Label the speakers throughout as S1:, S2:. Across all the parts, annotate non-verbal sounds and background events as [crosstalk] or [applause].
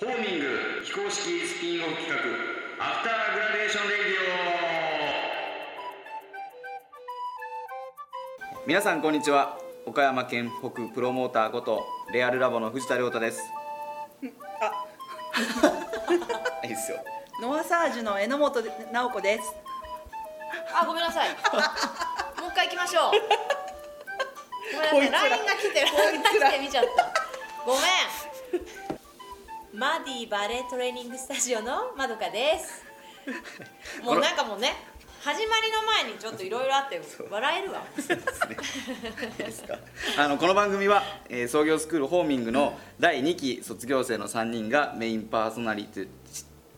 S1: ホーミング非公式スピンオフ企画アフターグラデーションレディオ皆さんこんにちは岡山県北プロモーターことレアルラボの藤田亮太です
S2: あ、
S1: [laughs] いいですよ
S2: ノアサージュの榎本直子です。
S3: あ、ごめんなさい。もう一回行きましょう。ごめんなさい。ラインが来てる。ラインが来て見ちゃった。ごめん。マディバレートレーニングスタジオのまどかです。もうなんかもうね、始まりの前にちょっといろいろあって笑えるわ。
S1: いいですかあのこの番組は、えー創業スクールホーミングの第2期卒業生の3人がメインパーソナリティ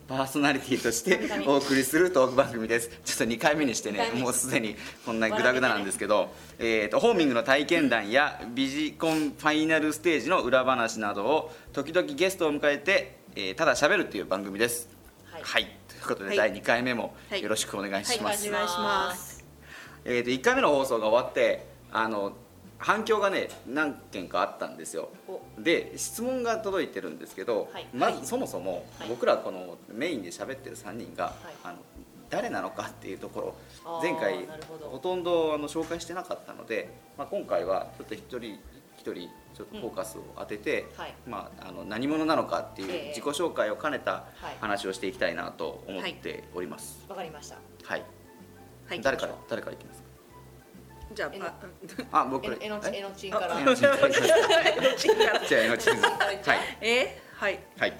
S1: パーソナリティとしてお送りするトーク番組ですちょっと2回目にして
S3: 二
S1: ね
S3: 回目
S1: もうすでにこんなグダグダなんですけど、えー、とホーミングの体験談やビジコンファイナルステージの裏話などを時々ゲストを迎えて、えーただ喋るっていう番組ですは、
S3: はいい
S1: ということで、
S2: はい
S1: 第2回目も
S2: はい
S1: よろしくお願いします、
S2: お願いします。
S1: えー、と1回目の放送が終わってあの反響がね何件かあったんですよ
S3: お
S1: で質問が届いてるんですけど、
S3: はい
S1: ま
S3: は
S1: ず
S3: い
S1: そもそも
S3: はい
S1: 僕らこのメインで喋ってる3人が、
S3: い
S1: あの誰なのかっていうところ
S3: あー
S1: 前回
S3: なるほど
S1: ほとんどあの紹介してなかったので、まあ、今回はちょっと一人一人ちょっとフォーカスを当てて、
S3: うんはい
S1: まあ、あの何者なのかっていう
S3: ええ
S1: 自己紹介を兼ねた
S3: はい
S1: 話をしていきたいなと思っております。
S3: わかりました。
S1: はい、
S2: はい
S1: 誰から誰からいきますか
S2: じゃあ、ま
S1: あ、僕
S3: えのえのち
S1: え
S3: えのちんから。
S1: えのちんから
S2: あ
S1: じゃあえのちんはい
S3: はい
S2: [laughs] え、はい、
S1: はい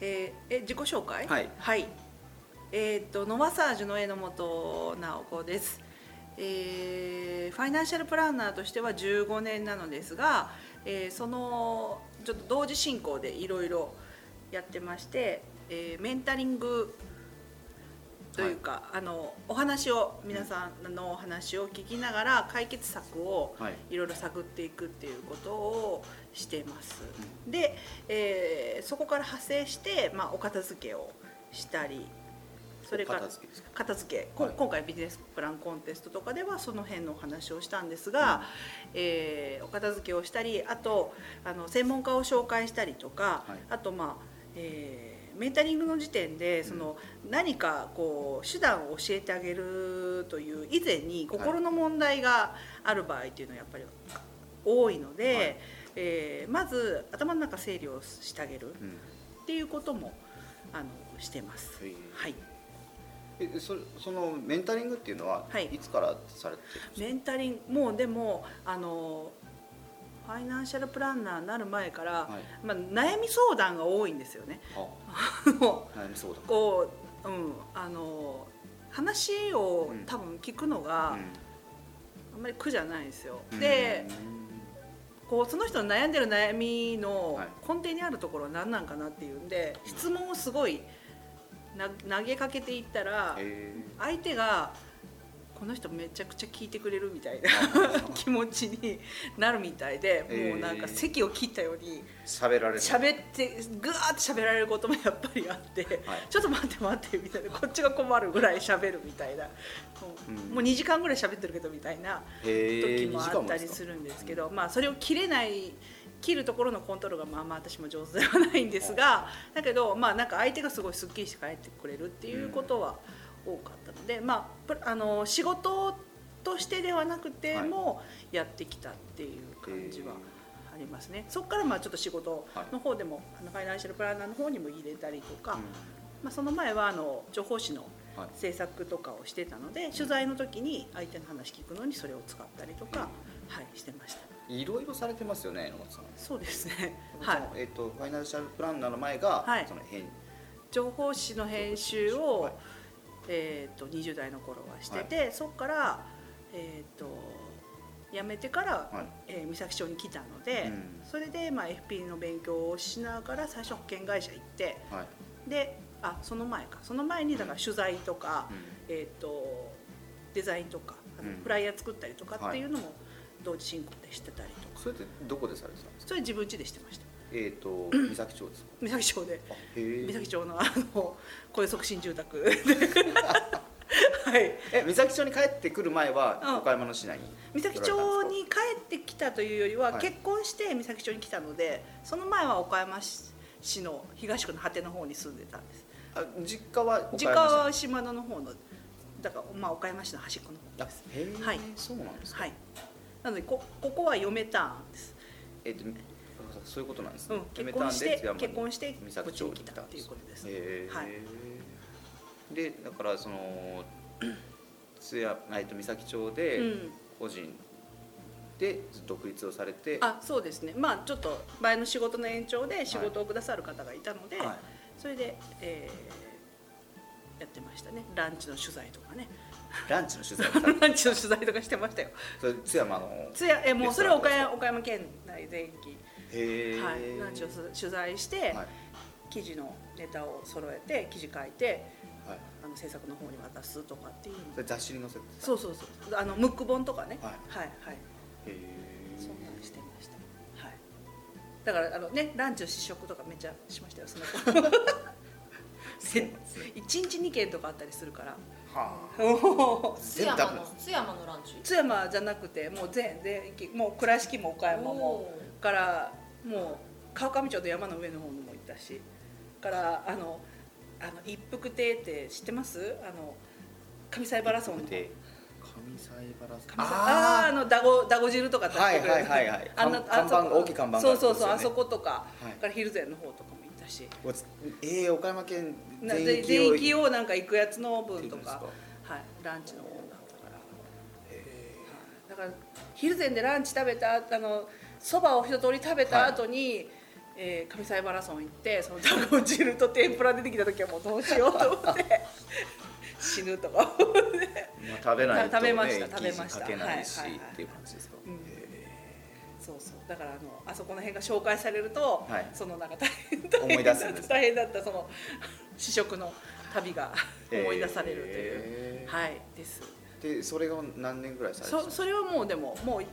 S2: えー、え、自己紹介。
S1: はい
S2: えーっと、ノアサージュの榎本直子です。えー、ファイナンシャルプランナーとしては15年なのですが、えー、そのちょっと同時進行でいろいろやってまして、えー、メンタリングというか、あのお話を皆さんのお話を聞きながら解決策を
S1: はい
S2: いろいろ探っていくっていうことをしています、で、えーそこから派生して、まあ、お片付けをしたりそれから
S1: お片付けですか
S2: 片付けこ
S1: はい
S2: 今回ビジネスプランコンテストとかではその辺のお話をしたんですが、えーお片付けをしたりあとあの専門家を紹介したりとか、
S1: はい
S2: あとまあ、えーメンタリングの時点でその何かこう手段を教えてあげるという以前に心の問題がある場合っていうのはやっぱり多いので、
S1: はい
S2: えーまず頭の中整理をしてあげる
S1: うん
S2: っていうこともあのしてます。
S1: へー
S2: はい
S1: えそそのメンタリングっていうのは、
S2: はい
S1: い、つからされてるんです
S2: メンタリングもうでもあのファイナンシャルプランナーになる前から、
S1: かはい
S2: まあ、悩み相談が多いんですよね。 [laughs]
S1: あ
S2: も
S1: 悩みそうだ
S2: うこう、うん、あの話を
S1: うん
S2: 多分聞くのがあんまり苦じゃないんですよ。でこうその人の悩んでる悩みの
S1: はい
S2: 根底にあるところは何なんかなっていうんで
S1: うん
S2: 質問をすごいな投げかけていったら
S1: え
S2: 相手がこの人めちゃくちゃ聞いてくれるみたいな [laughs] 気持ちになるみたいで
S1: へー
S2: もうなんか席を切ったように
S1: 喋られる
S2: 喋ってぐわーって喋られることもやっぱりあって、ちょっと待って待ってみたいなこっちが困るぐらい喋るみたいなもう,、
S1: うん
S2: もう2時間ぐらい喋ってるけどみたいな時
S1: 時
S2: もあったりす
S1: る
S2: るんですけど、まあそれを切れない切るところのコントロールがまあまあ私も上手ではないんですがだけどまあなんか相手がすごいすっきりして帰ってくれるっていうことは多かったので、まあプあの仕事としてではなくてもやってきたっていう感じはありますね。そこからまあちょっと仕事の方でも、あのファイナンシャルプランナーの方にも入れたりとか、まあその前はあの情報誌の
S1: はい
S2: 制作とかをしてたので取材の時に相手の話聞くのにそれを使ったりとか、はい、してました
S1: いろいろされてますよね野本さん
S2: そうです
S1: [laughs]
S2: ねは
S1: そ
S2: い
S1: のえっ、とファイナンシャルプランナーの前が、
S2: はい
S1: その変
S2: 情報誌の編集を、
S1: はい
S2: えー、と20代の頃はしてて、そこから、えー、と辞めてから、
S1: はい
S2: えー三崎町に来たので、
S1: うん
S2: それで、まあ、FP の勉強をしながら最初保険会社行って
S1: はい、
S2: であその前かその前にだから取材とか、えー、とデザインとかあの
S1: うん
S2: フライヤー作ったりとかっていうのも同時進行でしてたりとか、
S1: それってどこでされてたんですか
S2: それ自分家でしてました
S1: えっ、と三崎町ですか
S2: 三崎町で
S1: あへー
S2: 三崎町のあの雇用促進住宅
S1: [laughs]
S2: ではい
S1: え三崎町に帰ってくる前は、
S2: うん
S1: 岡山の市内に
S2: 三崎町に帰ってきたというよりは、
S1: はい
S2: 結婚して三崎町に来たのでその前は岡山市市の東区の果ての方に住んでたんです
S1: あ実家は岡
S2: 実家
S1: 山市
S2: は島田の方のだから、まあ、岡山市の端っこの方
S1: あへえ、
S2: はい
S1: そうなんですか、
S2: はいなのでこここは嫁ターンです、
S1: えっとそういうことなんです
S2: う
S1: ね
S2: ん、
S1: 決め
S2: 結
S1: たんで
S2: 婚して
S1: 津山に
S2: 結婚して
S1: 美
S2: こ
S1: 咲
S2: っちに
S1: 町
S2: 来たっていうことです、
S1: へえ
S2: はい
S1: でだからその [clears throat] 津山えっと三崎町で
S2: うん
S1: 個人で独立をされて、
S2: あそうですねまあちょっと前の仕事の延長で仕事をくださる方がいたので、
S1: はい
S2: それで、えーやってましたねランチの取材とかね
S1: ランチの取材を
S2: [laughs]
S1: されて
S2: ランチの取材とかしてましたよ
S1: それ津山の
S2: つやえもうそれは岡
S1: レストラン
S2: 山岡山県内全域、
S1: へえ、
S2: はい、ランチを取材して、
S1: はい
S2: 記事のネタを揃えて記事書いて
S1: はい
S2: あの制作の方に渡すとかっていう
S1: それ雑誌に載せてた
S2: そうそうそうあのムック本とかね
S1: はい
S2: はい、はい
S1: へえ
S2: そんなんしてました。はい。だからあのねランチを試食とかめっちゃしました [laughs] よその子。
S1: そうなんですね
S2: 一日二件とかあったりするから。
S1: はあ
S3: 津
S1: 全部
S3: 山
S1: 食べ
S3: の
S1: ます
S3: 津山のランチ
S2: 津山じゃなくてもう全全域もう倉敷も岡山も
S3: おー
S2: からもう川上町の山の上の方にも行ったしからあのあの一服亭って知ってますあの上西原村の
S1: で上西原さん
S2: あーあのだごだご汁とか出してく
S1: は
S2: れる
S1: いはいはいはい
S2: あんな
S1: 看
S2: あそこ
S1: 看板大きい看板がある
S2: そうそう
S1: とこですよ
S2: そう
S1: ね
S2: あそことか、
S1: はい
S2: からヒルゼンの方とかも行ったし
S1: ーおつえー、岡山県
S2: な
S1: 全
S2: で
S1: 域
S2: 全
S1: を
S2: 域をなんか行くやつの分と
S1: 行くんです
S2: か
S1: か
S2: はいランチの分だったからは
S1: へ
S2: いだからヒルゼンでランチ食べたあのそばを一通り食べた後に、えー上西原村行ってそのだご汁と天ぷら出てきた時はもうどうしようと思って
S1: [laughs]
S2: 死ぬとか思って。
S1: ーまあ、食べないと、ね、
S2: 食べました
S1: 生地
S2: 食べました
S1: かけないし、
S2: はいはいはい
S1: っていう感じですか、
S2: うん
S1: へ
S2: そうそうだからあのあそこの辺が紹介されると、
S1: はい
S2: そのなんか大変大変
S1: 思い出すんです
S2: 大変だったその試食の旅が
S1: え
S2: 思い出されるという、
S1: ええ
S2: はいです
S1: ーでそれが何年ぐらいされてたん
S2: そ
S1: ですか
S2: それはもうでももう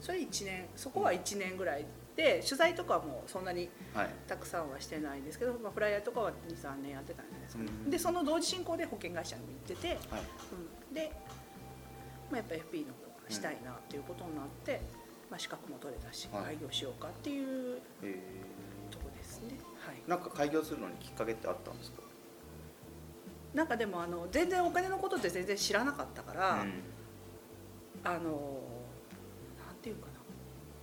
S2: それ1年そこは1年ぐらいで取材とかはもうそんなに
S1: はい
S2: たくさんはしてないんですけど、まあ、フライヤーとかは23年やってたんじゃないですか、
S1: うん
S2: でその同時進行で保険会社にも行ってて、
S1: はい
S2: うん、で、まあ、やっぱ FP の方がしたいなっていうことになって、まあ、資格も取れたし、
S1: はい
S2: 開業しようかっていう
S1: え
S2: とこですね、はい、
S1: ー、なんか開業するのにきっかけってあったんですか
S2: なんかでもあの全然お金のことって全然知らなかったから、
S1: うん
S2: あのなんていうかな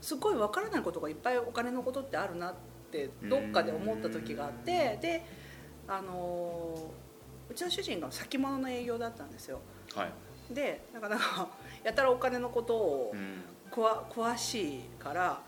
S2: すごいわからないことがいっぱいお金のことってあるなってどっかで思った時があってであのうちの主人が先物の営業だったんですよ
S1: はい、
S2: でなんかなんか [laughs] やたらお金のことを
S1: うん
S2: こわ詳しいから、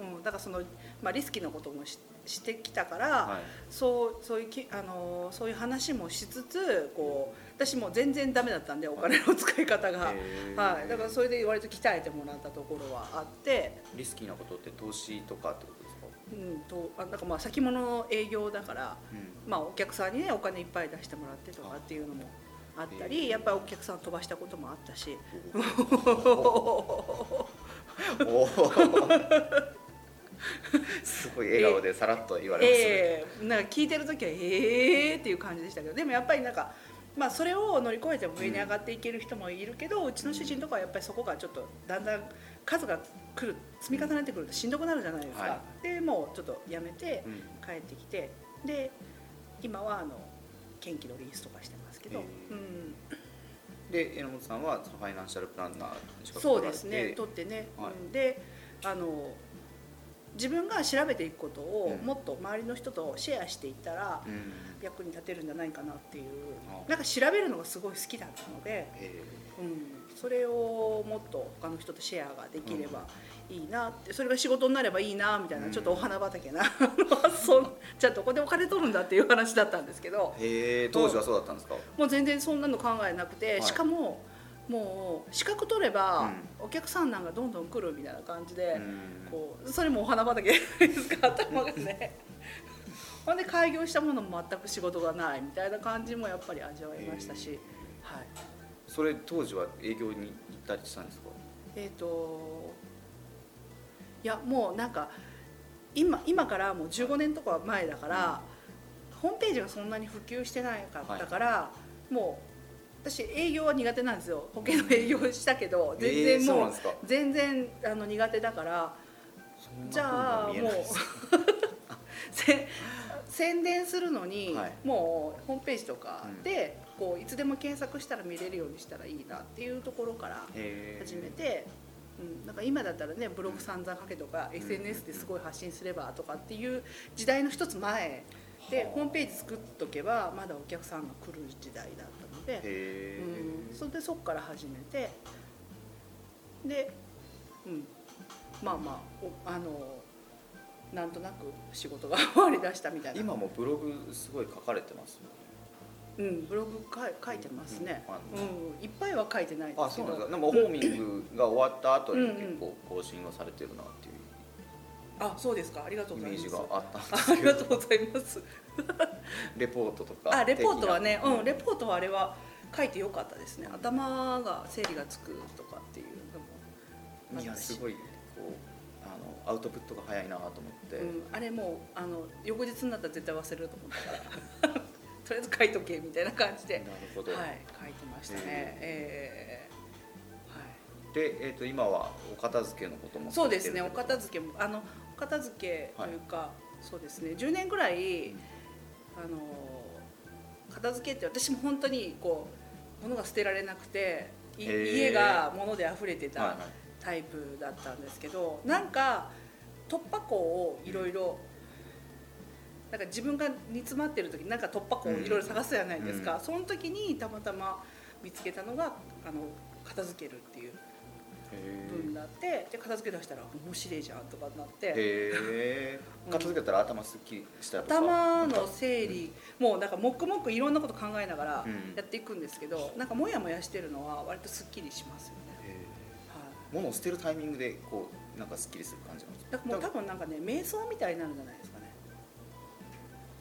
S1: うん
S2: うん、だからその、まあ、リスキのこともししてきたから、
S1: はい
S2: そうそういうきあのーそういう話もしつつこう私もう全然ダメだったんでお金の使い方が、は
S1: へー
S2: い、だからそれで割と鍛えてもらったところはあって、
S1: リスキーなことって投資とかってことですか、
S2: うん、とあなんかまあ先物の営業だから、
S1: うん
S2: まあ、お客さんにねお金いっぱい出してもらってとかっていうのもあったり、
S1: へー
S2: やっぱりお客さん飛ばしたこともあったし。
S1: おーすごい笑顔でさらっと言われますね、
S2: ええなんか聞いてる時はええっていう感じでしたけどでもやっぱりなんか、まあ、それを乗り越えて上に上がっていける人もいるけど、うちの主人とかはやっぱりそこがちょっとだんだん数が来る積み重ねてくるとしんどくなるじゃないですか、
S1: は
S2: でもうちょっとやめて
S1: うん
S2: 帰ってきてで今はあの元気のリースとかしてますけど、
S1: へえ
S2: うん、
S1: で榎本さんはそのファイナンシャルプランナーの資格
S2: そ
S1: を
S2: う
S1: 取られ
S2: で
S1: て
S2: すね取ってね、
S1: はい
S2: うんであの自分が調べていくことを
S1: うん
S2: もっと周りの人とシェアしていったら、
S1: うん
S2: 役に立てるんじゃないかなっていう
S1: あ
S2: なんか調べるのがすごい好きだったので、
S1: え
S2: うん、それをもっと他の人とシェアができればいいなって、それが仕事になればいいなみたいな、
S1: うん
S2: ちょっとお花畑な [laughs] 発想じゃあどこでお金取るんだっていう話だったんですけど
S1: ーへえ当時はそうだったんですか、
S2: もう全然そんなの考えなくて、
S1: はい
S2: しかももう資格取ればお客さんなんかどんどん来るみたいな感じで。
S1: うん
S2: こうそれもお花畑じ [laughs] ゃないですか頭がねほんで開業したものも全く仕事がないみたいな感じもやっぱり味わいましたし、はい
S1: それ当時は営業に行ったりしたんですか
S2: えっ、といやもうなんか今今からもう15年とか前だから、ホームページがそんなに普及してなかったから、もう私営業は苦手なんですよ保険の営業したけど全
S1: えー
S2: 然
S1: そう
S2: も
S1: な
S2: う、
S1: んですか
S2: 全然あの苦手だから。
S1: そんな
S2: じゃあ
S1: 風に
S2: もう
S1: は見えないです
S2: [laughs] せ宣伝するのに、
S1: はい
S2: もうホームページとかで、こういつでも検索したら見れるようにしたらいいなっていうところから
S1: へー
S2: 始めて、うん、なんか今だったらねブログ散々かけとか、
S1: ん
S2: SNS ですごい発信すればとかっていう時代の一つ前で、
S1: はあ
S2: ホームページ作っとけばまだお客さんが来る時代だったので。
S1: へー
S2: うん、それでそっから始めてで、うん、まあまあおあのなんとなく仕事が終わりだしたみたいな
S1: 今もブログすごい書かれてますよね
S2: うん、ブログかい書いてますね
S1: うんあ、
S2: う
S1: の
S2: んいっぱいは書いてないで
S1: あ
S2: す
S1: そ
S2: け
S1: うなんです
S2: ど
S1: かでもホーミングが終わった後に
S2: うん
S1: 結構更新をされてるなっていう
S2: あそうですかありがとう
S1: イ
S2: ご
S1: メ
S2: ざい
S1: ー
S2: ます
S1: ジがあったんで
S2: あ
S1: す
S2: あ
S1: け
S2: り
S1: ど
S2: がとうございます
S1: レポートとか
S2: あレポートはね
S1: 的な
S2: うんレポートはあれは書いてよかったですね頭が整理がつくとかっていうのもあったし
S1: いやすごいこうあのアウトプットが早いなと思って、
S2: うん、あれもうあの翌日になったら絶対忘れると思ったから [laughs] とりあえず書いとけみたいな感じで、
S1: な
S2: はい
S1: る、ほど、
S2: 書いてましたね、
S1: へ
S2: え
S1: で、えー、と今はお片付けのこと
S2: えは
S1: も
S2: い、そうですねお片
S1: 付
S2: 付けもあのお片付けというか、そうですね10年ぐらい、
S1: うん
S2: あの片付けって私も本当にこう物が捨てられなくてい
S1: へえ
S2: 家が物で溢れて
S1: けはい
S2: たタイプだったんですけどなんか突破口をいろいろなんか自分が煮詰まってる時なんか突破口をいろいろ探すじゃないですか、
S1: うん
S2: その時にたまたま見つけたのがあの片付けるっていう
S1: はい、
S2: 分だってで片付け出したら面白いじゃんとかなっ
S1: へ
S2: て
S1: え片付けたら頭すっきりしたとか
S2: 頭の整理、もうなんか黙々いろんなこと考えながら
S1: うん
S2: やっていくんですけど、なんかモヤモヤしてるのは割とすっきりしますよね。
S1: へ
S2: はい
S1: ー物を捨てるタイミングでこうなんかすっきりする感じなんです
S2: だからもう多分なんかね瞑想みたいになるんじゃないですかね。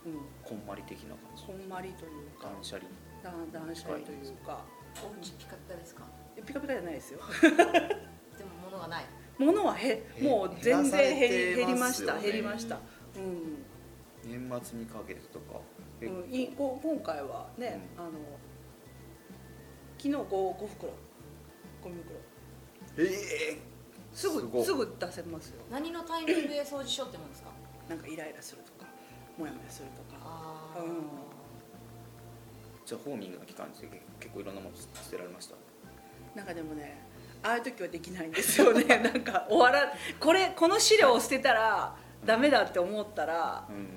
S2: うん、
S1: こんまり的な感じ
S2: こんまりというか
S1: 断捨離
S2: 断断捨離というか
S3: お家ピカピカですか
S2: えピカピカじゃないですよ [laughs]
S3: でも物がない
S2: 物はへ
S1: え
S2: もう全然減り減
S1: 減
S2: り
S1: ら
S2: ま
S1: さ
S2: し
S1: れて
S2: た
S1: ますよね
S2: 減りましたうん、
S1: 年末にかけてとかえ
S2: うん、いこ今回はね、あの昨日 5, 5袋ゴミ袋
S1: ええ
S2: す
S1: す
S2: ぐ
S1: ごい
S2: すぐ出せますよ
S3: 何のタイミングで掃除しようってもんですか
S2: なんかイライラするとかモヤモヤするとか
S3: あ
S2: うん
S1: じゃあホーミングの期間中結結構いろんなもの捨てられました
S2: なんかでもねああいう時はできないんですよ [laughs] ねなんか終わらこれこの資料を捨てたらダメだって思ったら
S1: うん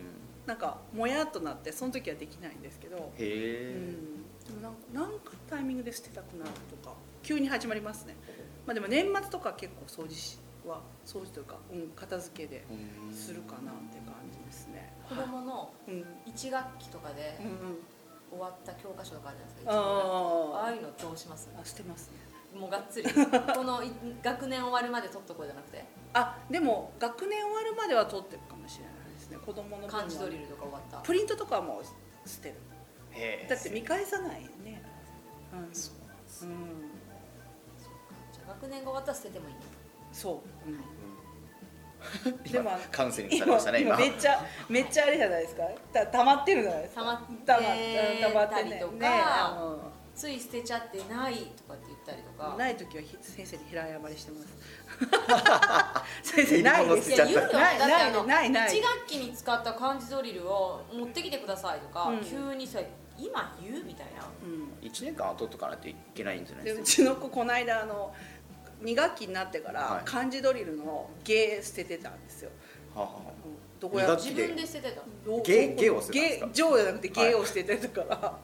S2: なんかもやっとなってその時はできないんですけど
S1: へえ、
S2: うんでもなんかなんかタイミングで捨てたくなるとか急に始まりますね、まあ、でも年末とか結構掃除しは掃除というか、うん、片付けで
S1: うん
S2: するかなって感じですね、
S3: 子供の
S2: うん、うんうん
S3: 一学期とかで終わった教科書とかあるじゃないですか一応あ
S2: あ
S3: あいうのどうします
S2: ーあ捨てますね
S3: もうが
S2: [laughs]
S3: っつりこのい学年終わるまで取っとこうじゃなくて
S2: あでも学年終わるまでは取ってるかもしれないですね子供の分は
S3: 漢字ドリルとか終わった
S2: プリントとかはもう捨てる
S1: へえ
S2: だって見返さないよね、
S1: そうなんです
S2: う
S1: ね
S2: んうん、
S3: そっかじゃあ学年が終わったら捨ててもいい
S2: そう、うん
S1: [laughs] 今
S2: でもあの
S1: カウンセリングされ
S2: 今
S1: ましたね
S2: 今
S1: 今
S2: めっちゃめっちゃあれじゃないですかた溜まってるじゃないですか
S3: 溜まって
S2: 溜まって溜まってね
S3: たりとか
S2: ね
S3: つい捨てちゃってないとかって言ったりと
S2: うん
S3: か
S2: ない時はひ先生に平謝りしてます先生ないで
S1: 捨
S2: す
S1: て
S3: い
S1: ちゃ
S3: や
S1: った
S3: 言うよ
S2: ない
S3: だってあの
S2: ないない
S3: 1学期に使った漢字ドリルを持ってきてくださいとか、
S2: うん
S3: 急にさ今言うみたいな
S2: う、
S1: 1年間は取っとかないといけないんじゃなんい
S2: で
S1: ですか
S2: うちの子この間あの2学期になってか
S1: は
S2: ら
S1: い
S2: 漢字ドリルの「ゲー」捨ててたんですよ、
S1: はあは
S2: うんどこや
S1: 二学期
S3: 自分で捨ててた
S2: どう
S1: ゲー
S2: どこ
S1: ゲーを捨てたんですか
S2: ゲー上じゃなくて「ゲー」を捨ててたから、
S1: あ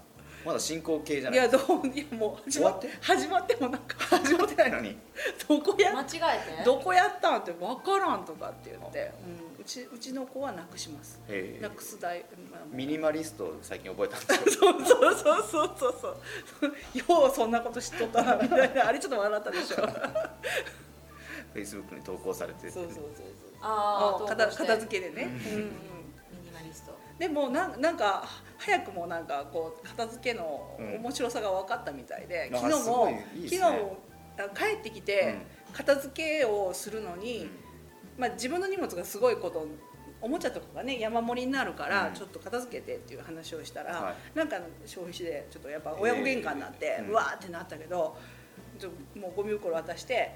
S1: まだ進行形じゃ
S2: い、
S1: ない
S2: やどういやもう始まって
S1: 終わ
S2: 始まってもなんか始まってない
S1: のに
S2: [laughs] どこやっ
S3: 間違え
S2: [laughs]
S3: て
S2: どこやったんって分からんとかって言って、うん、うちうちの子はなくします
S1: へえ
S2: なくす代、まあ
S1: ミニマリストを最近覚えたんですけど
S2: そうそうそうそうそうそうようそんなこと知っとったなみたいなあれちょっと笑ったで [laughs] しょ
S1: フェイスブックに投稿されて
S2: そうそうそう
S3: あ
S2: そ
S3: あ
S2: う片片
S3: け
S2: 付けでね、うんうん
S3: ミニマリスト
S2: でもなんなんか早くもなんかこう片付けの
S1: うん
S2: 面白さが分かったみたいで、
S1: あ
S2: 昨日
S1: すご
S2: も
S1: いいいですね
S2: 昨日もあ帰ってきて片付けをするのに、まあ、自分の荷物がすごいことおもちゃとかがね山盛りになるから、
S1: うん
S2: ちょっと片付けてっていう話をしたら、
S1: は
S2: なんかの消費でちょっとやっぱ親子喧嘩になって、
S1: えーうん
S2: うわーってなったけどちょもうゴミ袋渡して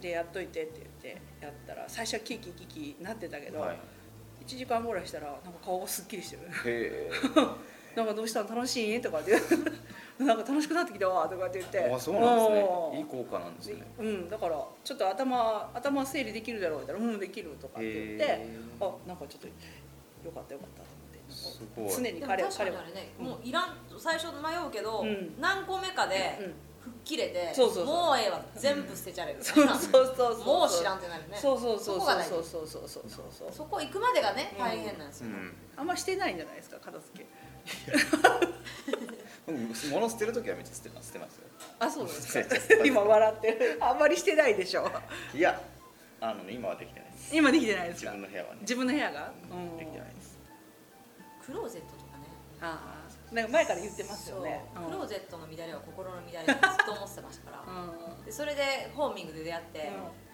S2: でやっといてって言ってやったら最初はキーキーキーキーなってたけど、
S1: はい
S2: 1時間ぐらいしたらなんか顔がすっきりしてる
S1: へ
S2: なんかどうしたの楽しいとかって [laughs] なんか楽しくなってきたわとかって言って
S1: えあそうなんです
S2: うん
S1: ねいい効果なんですね
S2: うん、だからちょっと頭頭整理できるだろうみたいな「うんできる」とかって言って、
S1: へー
S2: あなんかちょっとよかったよかったと思って
S1: す
S2: な
S1: ごい
S2: んか常に
S3: でも
S2: 彼
S3: 確
S2: は
S3: かに
S2: 彼は
S3: あれね、
S2: うん
S3: もういらん最初迷うけど、
S2: うん
S3: 何個目かで
S2: うん
S3: 吹っ切れて、
S2: そうそうそう
S3: もうええわ全部捨てちゃれる、
S2: そうそうそうそう
S3: もう知らんってなるね
S2: そうそうそう
S3: そこ
S2: そ
S3: が
S2: う
S3: 大
S2: そう
S3: 事
S2: そうそうそうそう
S3: そこ行くまでがね
S2: うん
S3: 大変なんで
S1: う
S3: すよ、
S1: ん
S2: あんましてないんじゃないですか片付け
S1: 僕物捨てる時はめっちゃ捨てます捨てますよ
S2: あそうなんで
S1: そうですす
S2: か [laughs] 今笑ってるあんまりしてないでしょ
S1: いやあのね今はできてないです
S2: 今できてないです
S1: 自
S2: か
S1: 分の部屋はね
S2: 自分の部屋が、うん、
S1: できてないです
S3: クローゼットとかね
S2: ああなんか前から言ってますよね
S3: そう
S2: うん
S3: クローゼットの乱れは心の乱れだとずっと思ってましたから、でそれでホーミングで出会って、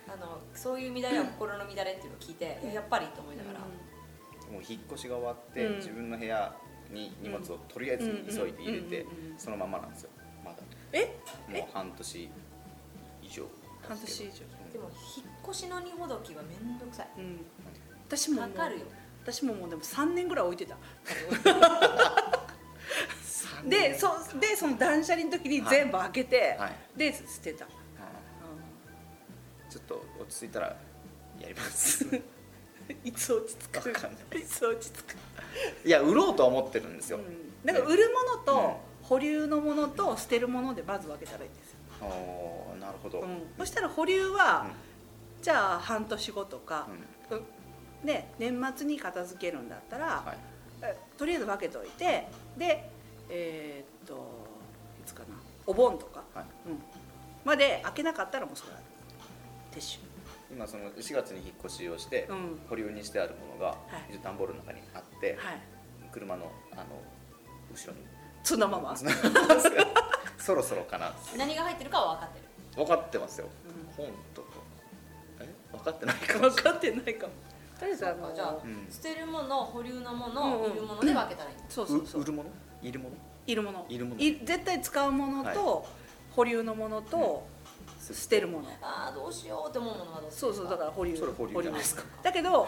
S3: あのそういう乱れは心の乱れっていうのを聞いて、いややっぱりと思いながら、
S1: もう引っ越しが終わって、
S2: うん
S1: 自分の部屋に荷物をとりあえず急いで入れて、
S2: うんうんうんうん
S1: そのままなんですよまだ
S2: え
S1: もう半年以上
S2: 半年以上
S3: でも引っ越しの荷ほどきはめんどくさい
S2: うん私もも
S3: か
S2: う
S3: かるよ
S2: 私ももうでも三年ぐらい置いてた
S1: うん
S2: でそでその断捨離の時に全部開けて、
S1: はい
S2: で捨てた、
S1: う
S2: うん
S1: ちょっと落ち着いたらやります [laughs]
S2: んいつ落ち着く
S1: わかんない
S2: いつ落ち着く、
S1: いや売ろうとは思ってるんですよ、
S2: うん、なんか売るものと保留のものと捨てるものでまず分けたらいいんですよ、
S1: おーなるほど、
S2: う
S1: うん
S2: ん、そしたら保留は、じゃあ半年後とか、で年末に片付けるんだったら、
S1: はい
S2: えとりあえず分けといてでえーっといつかなお盆とか、
S1: はい
S2: うん、まで開けなかったらもうそれ撤収
S1: 今その4月に引っ越しをして、
S2: うん
S1: 保留にしてあるものが
S2: い
S1: 一応段ボールの中にあって、
S2: はい
S1: 車のあの後ろに [laughs]
S2: そのまま、
S1: つながってますよそろそろかな
S3: 何が入ってるかは分かってる
S1: 分かってますよ
S2: う
S1: 本とかえ分かってないか
S2: ん、
S1: も
S2: 分
S1: しれ
S2: かってないかもとりあえずあの
S3: じゃあ、
S1: うん
S3: 捨てるもの保留のもの、
S2: うんうん
S3: いるもので分けたらいい、
S2: そう
S1: な
S2: そ
S1: いう
S2: そう
S1: 売るものいるもの
S2: いるもの
S1: いるもの
S2: 絶対使うものと、保留のものと、捨てるもの
S3: ああどうしようって思うものはどうす
S2: そ
S3: る
S2: うそうだからら保留
S1: それ保留じゃないですか
S2: だけど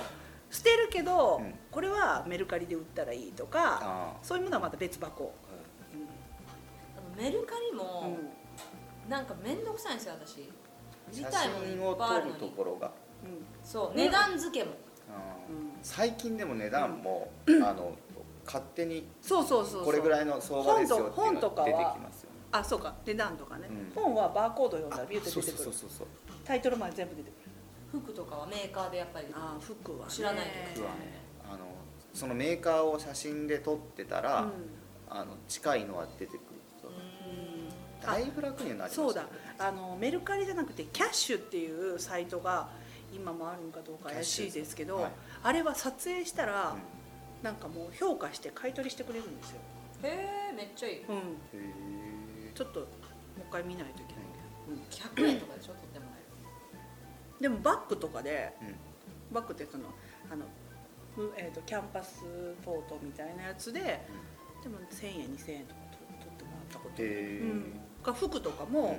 S2: 捨てるけど、
S1: うん
S2: これはメルカリで売ったらいいとか
S1: あ
S2: そういうものはまた別箱、
S3: あのメルカリ
S2: うん
S3: も、なんか面倒くさいんですよ私売り
S1: 写
S3: たいものい
S1: 真を
S3: っぱい
S1: 撮
S3: ある
S1: る
S3: の
S1: と
S3: に
S1: ころが
S2: うん
S3: そう値段付けも
S1: あー
S2: うん
S1: 最近でも値段も、あの勝手に
S2: そうそうそうそう
S1: これぐらいの相場ですよっていう
S2: 本
S1: の
S2: と
S1: が
S2: 本と
S1: 出
S2: か
S1: て
S2: は
S1: きますよね
S2: あそうか値段とかね、
S1: うん
S2: 本はバーコード読んだらビューって
S1: そう
S2: 出
S1: そ
S2: て
S1: う
S2: くる
S1: そうそうそう
S2: タイトルまで全部出てくる
S3: 服とかはメーカーでやっぱり
S2: ああ服は、ね、
S3: 知らないけ
S1: 僕はねあのそのメーカーを写真で撮ってたら、あの近いのは出てくる
S3: うーん
S1: だいぶ楽にはなりました
S2: そう
S1: よ
S2: だあのメルカリじゃなくてキャッシュっていうサイトが今もあるのかどうか怪しいですけど、
S1: キャッシュ
S2: あれは撮影したら、
S1: うん
S2: なんかもう評価して買い取りしてくれるんですよ、
S3: へえめっちゃいい
S2: うん、
S1: へえ
S2: ちょっともう一回見ないといけないけど、うん
S3: 100円とかでしょ取ってもらえる
S2: でもバッグとかで
S1: うん
S2: バッグってそのあの、むえー、とキャンパスポートみたいなやつで、でも1000円2000円とか取取ってもらったこと、
S1: へえ
S2: うん、か服とかも、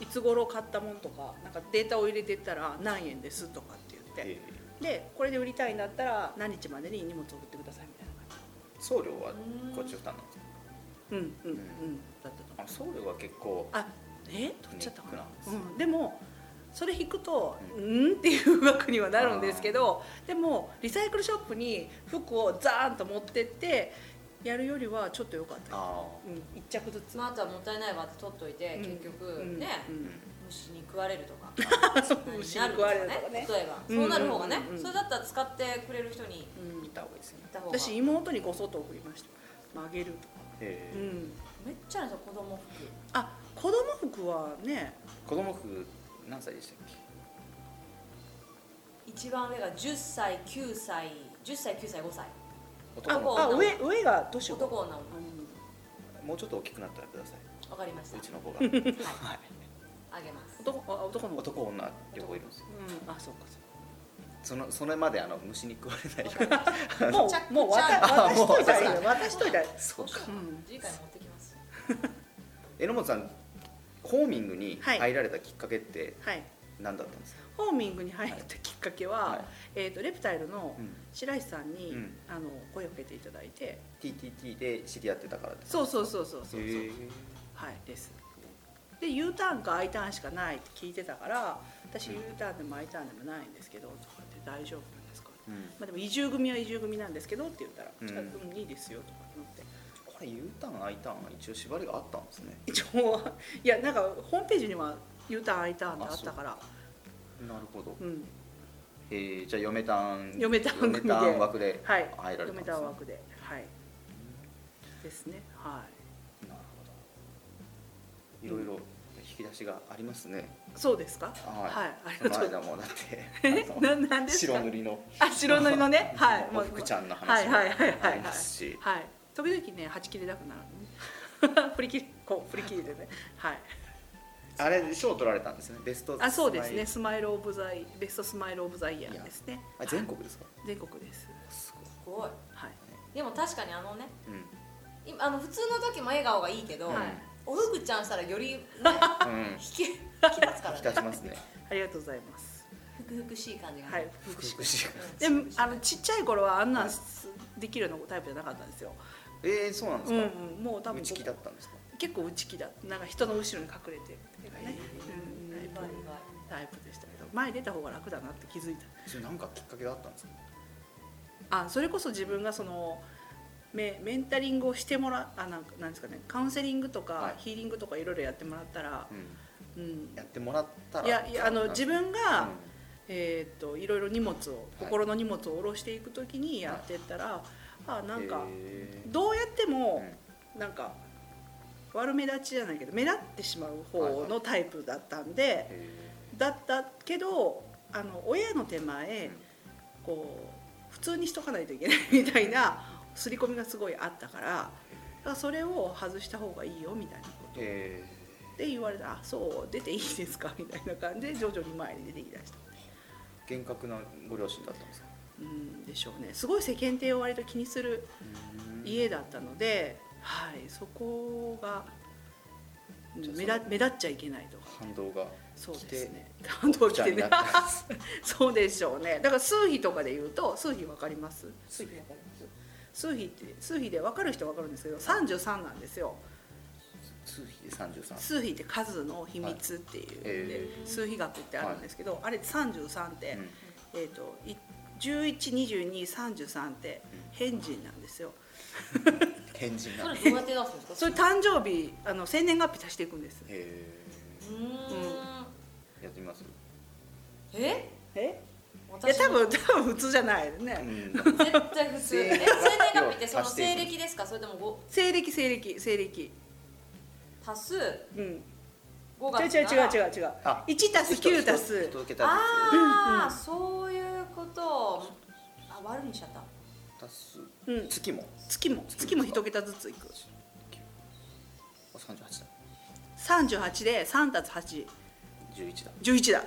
S2: いつ頃買ったもんとかなんかデータを入れてったら何円ですとかって言って、
S1: え
S2: でこれで売りたいんだったら何日までに荷物送ってくださいみたいな感
S1: ー送料はこっち負担なんですか
S2: じうんうんうん、
S1: う
S2: だったと思
S1: あ
S2: う
S1: 送料は結構
S2: あえ取っちゃったかな
S1: ネック
S2: う
S1: なん
S2: ん、でもそれ引くと、う、
S1: うん
S2: っていう額にはなるんですけどでもリサイクルショップに服をザーンと持ってってやるよりはちょっと良かったよ、
S1: あ
S2: うん、1着ずつ、
S3: まあ、あとはもったいないわって取っといて、
S2: うん
S3: 結局
S2: うん
S3: ね、
S2: うん [laughs]
S3: 虫に食われるとか
S2: 虫に食われるとかね
S3: 例えば、
S2: うん
S3: そうなる方がね、
S2: うん
S3: それだったら使ってくれる人に
S2: うん
S1: いた方がいいですね
S3: 行った方が
S2: 私妹にごそっと送りました曲げるとか、
S1: へ
S2: う
S1: え
S2: ん、
S3: めっちゃあるんですよ子供服
S2: あ子供服はね
S1: 子供服何歳でしたっ
S3: 一番上が10歳9歳10歳9歳5歳
S1: け
S2: あ
S1: 男の
S2: あ
S1: 子
S3: 女
S2: 上上が年
S3: 男女わ
S1: もうちょっと大きくなったらください
S3: かりました
S1: うちの子が
S3: はい
S1: はい
S3: あげます
S2: 男あ男の子
S1: 男女両方いるんですよ
S2: うんあそうかそ
S1: そのそれまであの虫に食われないよ
S3: わかりまし
S2: うかも
S3: めちゃくちゃ
S2: うもう渡渡しといたらいいよ
S3: もう
S2: 渡しといたらいい
S3: た
S1: そうか
S2: うん
S3: 次回持ってきます
S1: 榎本さんホーミングに
S2: はい
S1: 入られたきっかけって
S2: はい
S1: 何だったんですか、
S2: ホホーミングに入ったきっかけは、
S1: はい
S2: えー、とレプタイルの
S1: うん
S2: 白石さんに、
S1: うん
S2: あの声をかけていただいて
S1: TTT で知り合ってたからです
S2: そうそうそうそうそうそう、
S1: へえ
S2: はいですで U ターンか I ターンしかないって聞いてたから私 U ターンでも I ターンでもないんですけどとかって大丈夫なんですか、
S1: うん
S2: まあ、でも移住組は移住組なんですけどって言ったら「
S1: うん
S2: じゃあうんいいですよ」とか思って。
S1: これ U ターン I ターンが一応縛りがあったんですね
S2: 一応いやなんかホームページには U ターン I ターンってあったから
S1: なるほど
S2: う、ん
S1: えー、じゃあ嫁ターン
S2: 嫁ターン組で
S1: 嫁ターン枠で
S2: はい
S1: 入られたん
S2: 嫁
S1: ですね
S2: ターン枠ではいですねは
S1: なるほどいろいろ引き出しがありますね、
S2: いそうですか
S1: はい
S2: あり
S1: そ
S2: が
S1: の
S2: と
S1: 間
S2: う
S1: もだってあ
S2: [laughs]
S1: の
S2: ななんですか
S1: 白塗りの
S2: あ白塗り
S1: [laughs]
S2: のねはい
S1: もう福ちゃんの話も
S2: はいはいはいはい
S1: ありますし
S2: はい時々ねはち切れなくなるのね [laughs] 振り切りこう振り切りでねはい
S1: あれ賞取られたんですねベスト
S2: あそうですね
S1: ス
S2: スマイルオブザイベストスマイルオブザイヤーですね
S1: マイルあ全国ですか
S2: 全国です
S1: すごい
S3: すごい
S2: はい
S3: でも確かにあのね
S1: うん
S3: 今あの普通の時も笑顔がいいけど、
S1: はい
S3: おふぐちゃんしたらより、
S2: [laughs]
S3: ね、
S1: うん
S3: 引き引き立つから
S1: 引き
S3: ね
S1: 出しますね
S2: ありがとうございます
S3: ふくふくしい感じがね、
S2: はい
S1: 福祉
S2: で
S3: うん
S2: もあのちっちゃい頃はあんなんすできるようなタイプじゃなかったんですよ。
S1: えー、そうなんで
S2: う
S1: す
S2: ん
S1: か、
S2: うん、もう多分
S1: 内気だったんですか
S2: 結構内気だなんか人の後ろに隠れてるね、うん
S3: 意外意外
S2: タイプでしたけど前に出た方が楽だなって気づいた
S1: それなんかきっかけがあったんですか
S2: あそれこそ自分がそのメメンタリングをしてもらあなんかなんですかねカウンセリングと
S1: は
S2: か
S1: い
S2: ヒーリングとかいろいろやってもらったら、
S1: うん
S2: うん、
S1: やってもらったら
S2: いやいやあの自分が、
S1: うん
S2: えー、といろいろ荷物を心の荷物を下ろしていくときにやってったら、あなんか、
S1: へー
S2: どうやっても、
S1: うん
S2: なんか悪目立ちじゃないけど目立ってしまう方のタイプだったんで、
S1: へ
S2: だったけどあの親の手前、
S1: うん
S2: こう普通にしとかないといけないみたいな刷り込みがすごいあったからだからそれを外した方がいいよみたいなことで
S1: え
S2: 言われた「あそう出ていいですか」みたいな感じで徐々に前に出てきだした。
S1: 厳格なご両親だったんですか
S2: うんでしょうねすごい世間体を割と気にする家だったので、はい、そこがうん
S1: じゃあ
S2: 目立
S1: その
S2: 目立っちゃいけないとか
S1: 反動が
S2: そう
S1: 来
S2: です
S1: て
S2: ね担当
S1: ち
S2: 来
S1: ゃん
S2: て
S1: にな
S2: ね
S1: った
S2: [laughs] そうでしょうねだから数比とかで言うと数比わかります
S3: すぐわかります
S2: 数比って数比で分かる人は分かるんですけど33なんですよ
S1: 数比で三十三
S2: 数比って数の秘密っていう、
S1: え
S2: で数比学ってあるんですけど、あれ33って、えー、とい112233って変人なんで
S1: [laughs]
S2: すよ
S1: 変人
S3: そ
S1: な
S3: れ
S1: へ
S3: どうやって出すんですか
S2: それ誕生日あの生年月日足していくんです
S1: え
S3: うーん
S1: やってみます
S3: え
S2: えいや
S3: 私
S2: 多
S3: も
S2: 分多分普通じゃないよね、
S1: うん
S3: 絶対普通
S1: 生
S3: え生
S1: 年月日
S3: 年月
S1: を
S3: 日ってその
S1: 足してい
S3: 西
S1: く
S3: 暦ですかそれともご
S2: 西暦西暦西暦
S3: 足す
S2: うん
S3: 5
S2: 違う
S3: 月
S2: 違う違う違
S3: う
S2: う違う
S1: あ
S2: 1たす9
S1: 一
S2: 足す
S1: 一桁ず
S3: ああ
S2: うん
S3: そういうことをあ悪いにしちゃった
S1: つ足す
S2: うん
S1: 月も
S2: 月も月も1桁ずついく
S1: 三十八だ
S2: 38で3たす8
S1: 十一だ
S2: 十一だ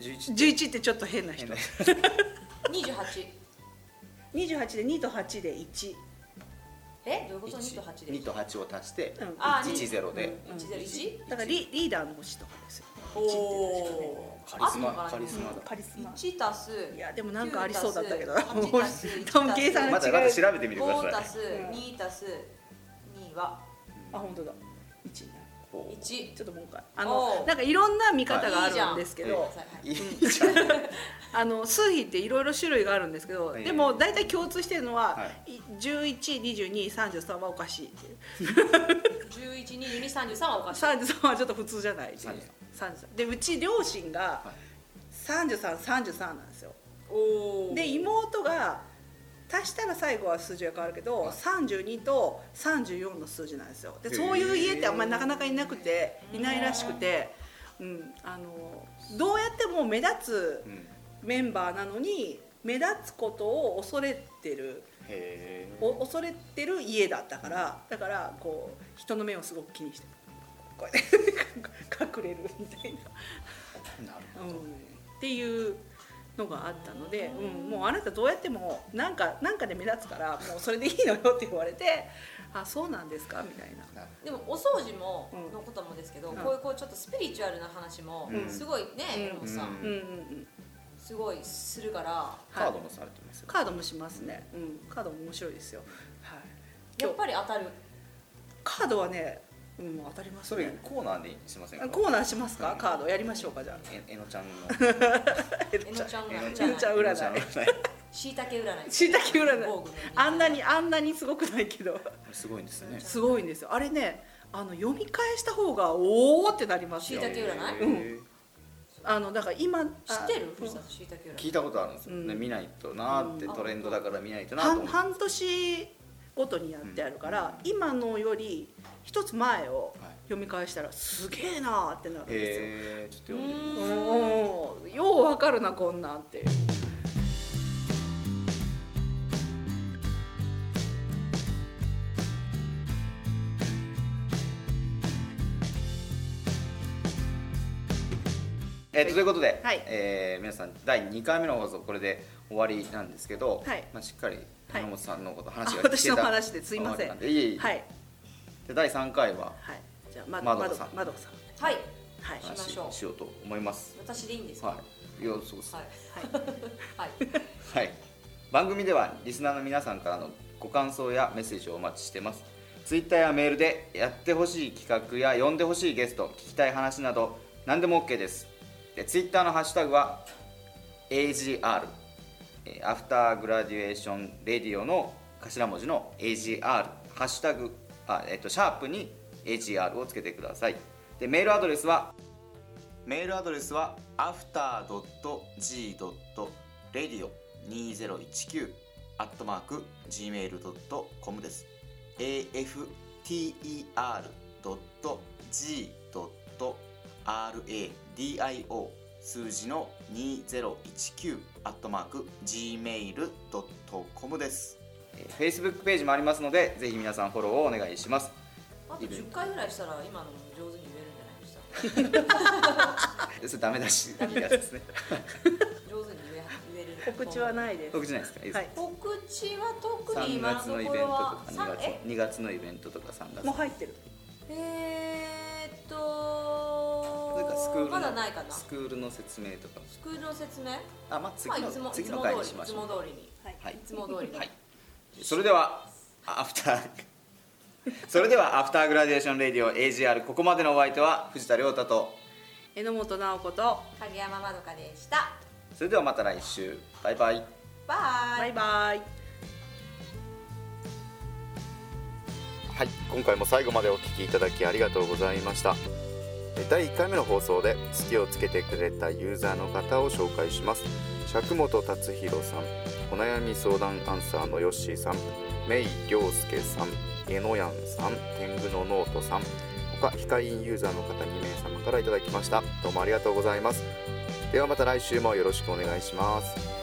S1: 十一
S2: 十一ってちょっと変な人
S1: 変な
S3: 28
S2: 二十八で二と八で一
S3: えどういうこと
S1: 一
S3: 2と8で
S1: 二と八を足して
S2: うん
S3: あ
S1: 一一ゼロで
S2: うん
S3: 101
S2: だからリリーダーの星とかですよ
S3: おお
S1: カリス
S3: あと
S1: マ
S3: は
S1: カリスマ
S2: うん
S1: だ
S2: カリスマ
S3: 1足す
S2: いやでもなんかありそうだったけど
S3: 9足す
S2: もう
S3: 8足す1足す
S2: 多分計算
S1: ま
S2: が
S1: だ
S2: 違う
S1: まだ調べてみてくだ
S3: 5
S1: さ
S3: 足
S1: い
S3: す2足す2は
S2: あ本当だ一になる
S1: ほう
S3: 1
S2: ちょっともう一回あ
S3: お
S2: の
S3: う
S2: なんかいろんな見方があるんですけど、
S1: はいいいじゃん
S2: あの数比っていろいろ種類があるんですけど、
S1: はい
S2: でも大体共通してるのは、、
S1: はい
S2: 112233はおかしいっていう
S3: 112233はおかしい
S2: 33はちょっと普通じゃないっていう33でうち両親が
S1: はい
S2: 3333なんですよ
S3: おー
S2: で妹が足したら最後は数字が変わるけど、
S1: はい
S2: 32と34の数字なんですよでそういう家ってあんまりなかなかいなくていないらしくて、うん、あのどうやっても目立つ
S1: うん
S2: メンバーなのに目立つことを恐れてる
S1: へえ
S2: お恐れてる家だったからだからこう人の目をすごく気にしてこうやって隠れるみたいな、
S1: なる
S2: うん、っていうのがあったので、うん、もうあなたどうやってもなんかなんかで目立つからもうそれでいいのよって言われてあそうなんですかみたいな。
S1: なる
S3: でもお掃除も
S2: うん
S3: のこともですけど、
S2: うん
S3: こういうこうちょっとスピリチュアルな話も
S1: うん
S3: すごいね、
S2: うん
S3: エロさん、
S1: うん
S2: うんうんうん
S3: すごいするから
S1: カードもされてますよ、
S2: カードもしますね、うん、カードも面白いですよ、はい、
S3: やっぱり当たる
S2: カードはね、うん、当たります
S1: それ
S2: ね
S1: コーナーにしませんか
S2: コーナーしますか、
S1: はい
S2: カードやりましょうかじゃあ
S1: ええのちゃんのえのちゃん
S2: ええ
S3: えのちゃん占
S2: のちゃん占
S3: い
S2: い
S1: 占い
S3: しいたけ占い
S2: しいたけ占い
S3: 防具の
S2: あんなにあんなにすごくないけど
S1: すごいんですよね
S2: [laughs] すごいんですよあれねあの読み返した方がおおってなります
S3: 椎
S2: よ
S3: 茸占い
S1: えー
S2: あのだから今
S3: 知ってる藤田しいたけ占い
S1: 聞いたことあるんですよ、
S2: うん
S1: ね見ないとなーって
S3: うん
S1: トレンドだから見ないとなーと
S2: 半
S1: 思って、
S2: 半年ごとにやってあるから、今のより一つ前を
S1: はい
S2: 読み返したらすげえなーってなるんですよ、
S1: えー、ちょっと読んでみ
S3: う
S1: ま
S3: ん
S1: す
S2: おーようわかるなこんなんっていう
S1: えーとということで、
S2: はい
S1: えー皆さん第2回目の放送これで終わりなんですけど、
S2: はい
S1: まあ、しっかり
S2: はい
S1: 花本さんのこと
S2: あ
S1: 話が
S2: 私の話ですいません
S1: わ
S2: は
S1: けなんで
S2: い
S1: いえいえ、
S2: はい
S1: で第3回は
S2: じゃあまま
S1: まど
S2: ど
S1: か
S2: さ
S1: さ
S2: ん
S1: ん
S2: まどかさん
S3: はい
S2: はい
S3: しましょう
S1: 話しようと思います
S3: 私でいいんですか
S1: はいいやそうです
S3: は
S1: はい
S2: はい
S3: [laughs] はい、
S1: い、番組ではリスナーの皆さんからのご感想やメッセージをお待ちしてますツイッターやメールでやってほしい企画や呼んでほしいゲスト聞きたい話など何でも OK ですでツイッターのハッシュタグは AGR えーアフターグラデュエーションレディオの頭文字の AGR ハッシュタグあ、えっとシャープに AGR をつけてくださいでメールアドレスはメールアドレスは after.g.radio2019 アットマーク gmail.com です after.g.radio 数字の2019アットマーク gmail.com ですえー Facebook ページもありますのでぜひ皆さんフォローをお願いします
S3: あと10回ぐらいしたら今のも上手に言えるんじゃないですか
S1: それダメだしいいやつですね
S3: 上手に言え言え
S2: [laughs]
S3: る
S2: 告知はな
S1: [laughs]
S2: いです
S1: 僕じゃないですかいいですか、
S2: はい
S3: 告知は特に
S1: 3
S3: 今の
S1: 月
S3: と
S1: のイベ
S3: こ
S1: ントとか
S3: ろは
S1: 2
S3: 3
S1: 月
S3: え
S1: 2月のイベントとか3月
S2: もう入ってる
S3: えー、っ
S1: なんかスクー
S3: と
S1: ルの
S3: まだないかな
S1: ス
S3: ス
S1: クールの説明とか
S3: クールの説明
S1: あまあ次
S3: まあ
S1: の、
S3: いつも
S1: 次の回にしま
S3: いつ
S1: しょ
S3: も
S1: う
S3: 通りに
S2: はい
S1: はい
S3: いつも通りに、
S1: はいそれではアフター [laughs] それではアフターグラデーションレディオ AGR ここまでのお相手は藤田亮太と
S2: 榎本直子と
S3: 影山まどかでした
S1: それではまた来週バイバイ
S3: バイ
S2: バイバイ
S1: はい、今回も最後までお聞きいただきありがとうございましたえ第1回目の放送で「月」をつけてくれたユーザーの方を紹介します釈本達弘さんお悩み相談アンサーのヨッシーさんメイ涼介さんえのやんさん天狗のノートさん他非会員ユーザーの方2名様からいただきましたどうもありがとうございますではまた来週もよろしくお願いします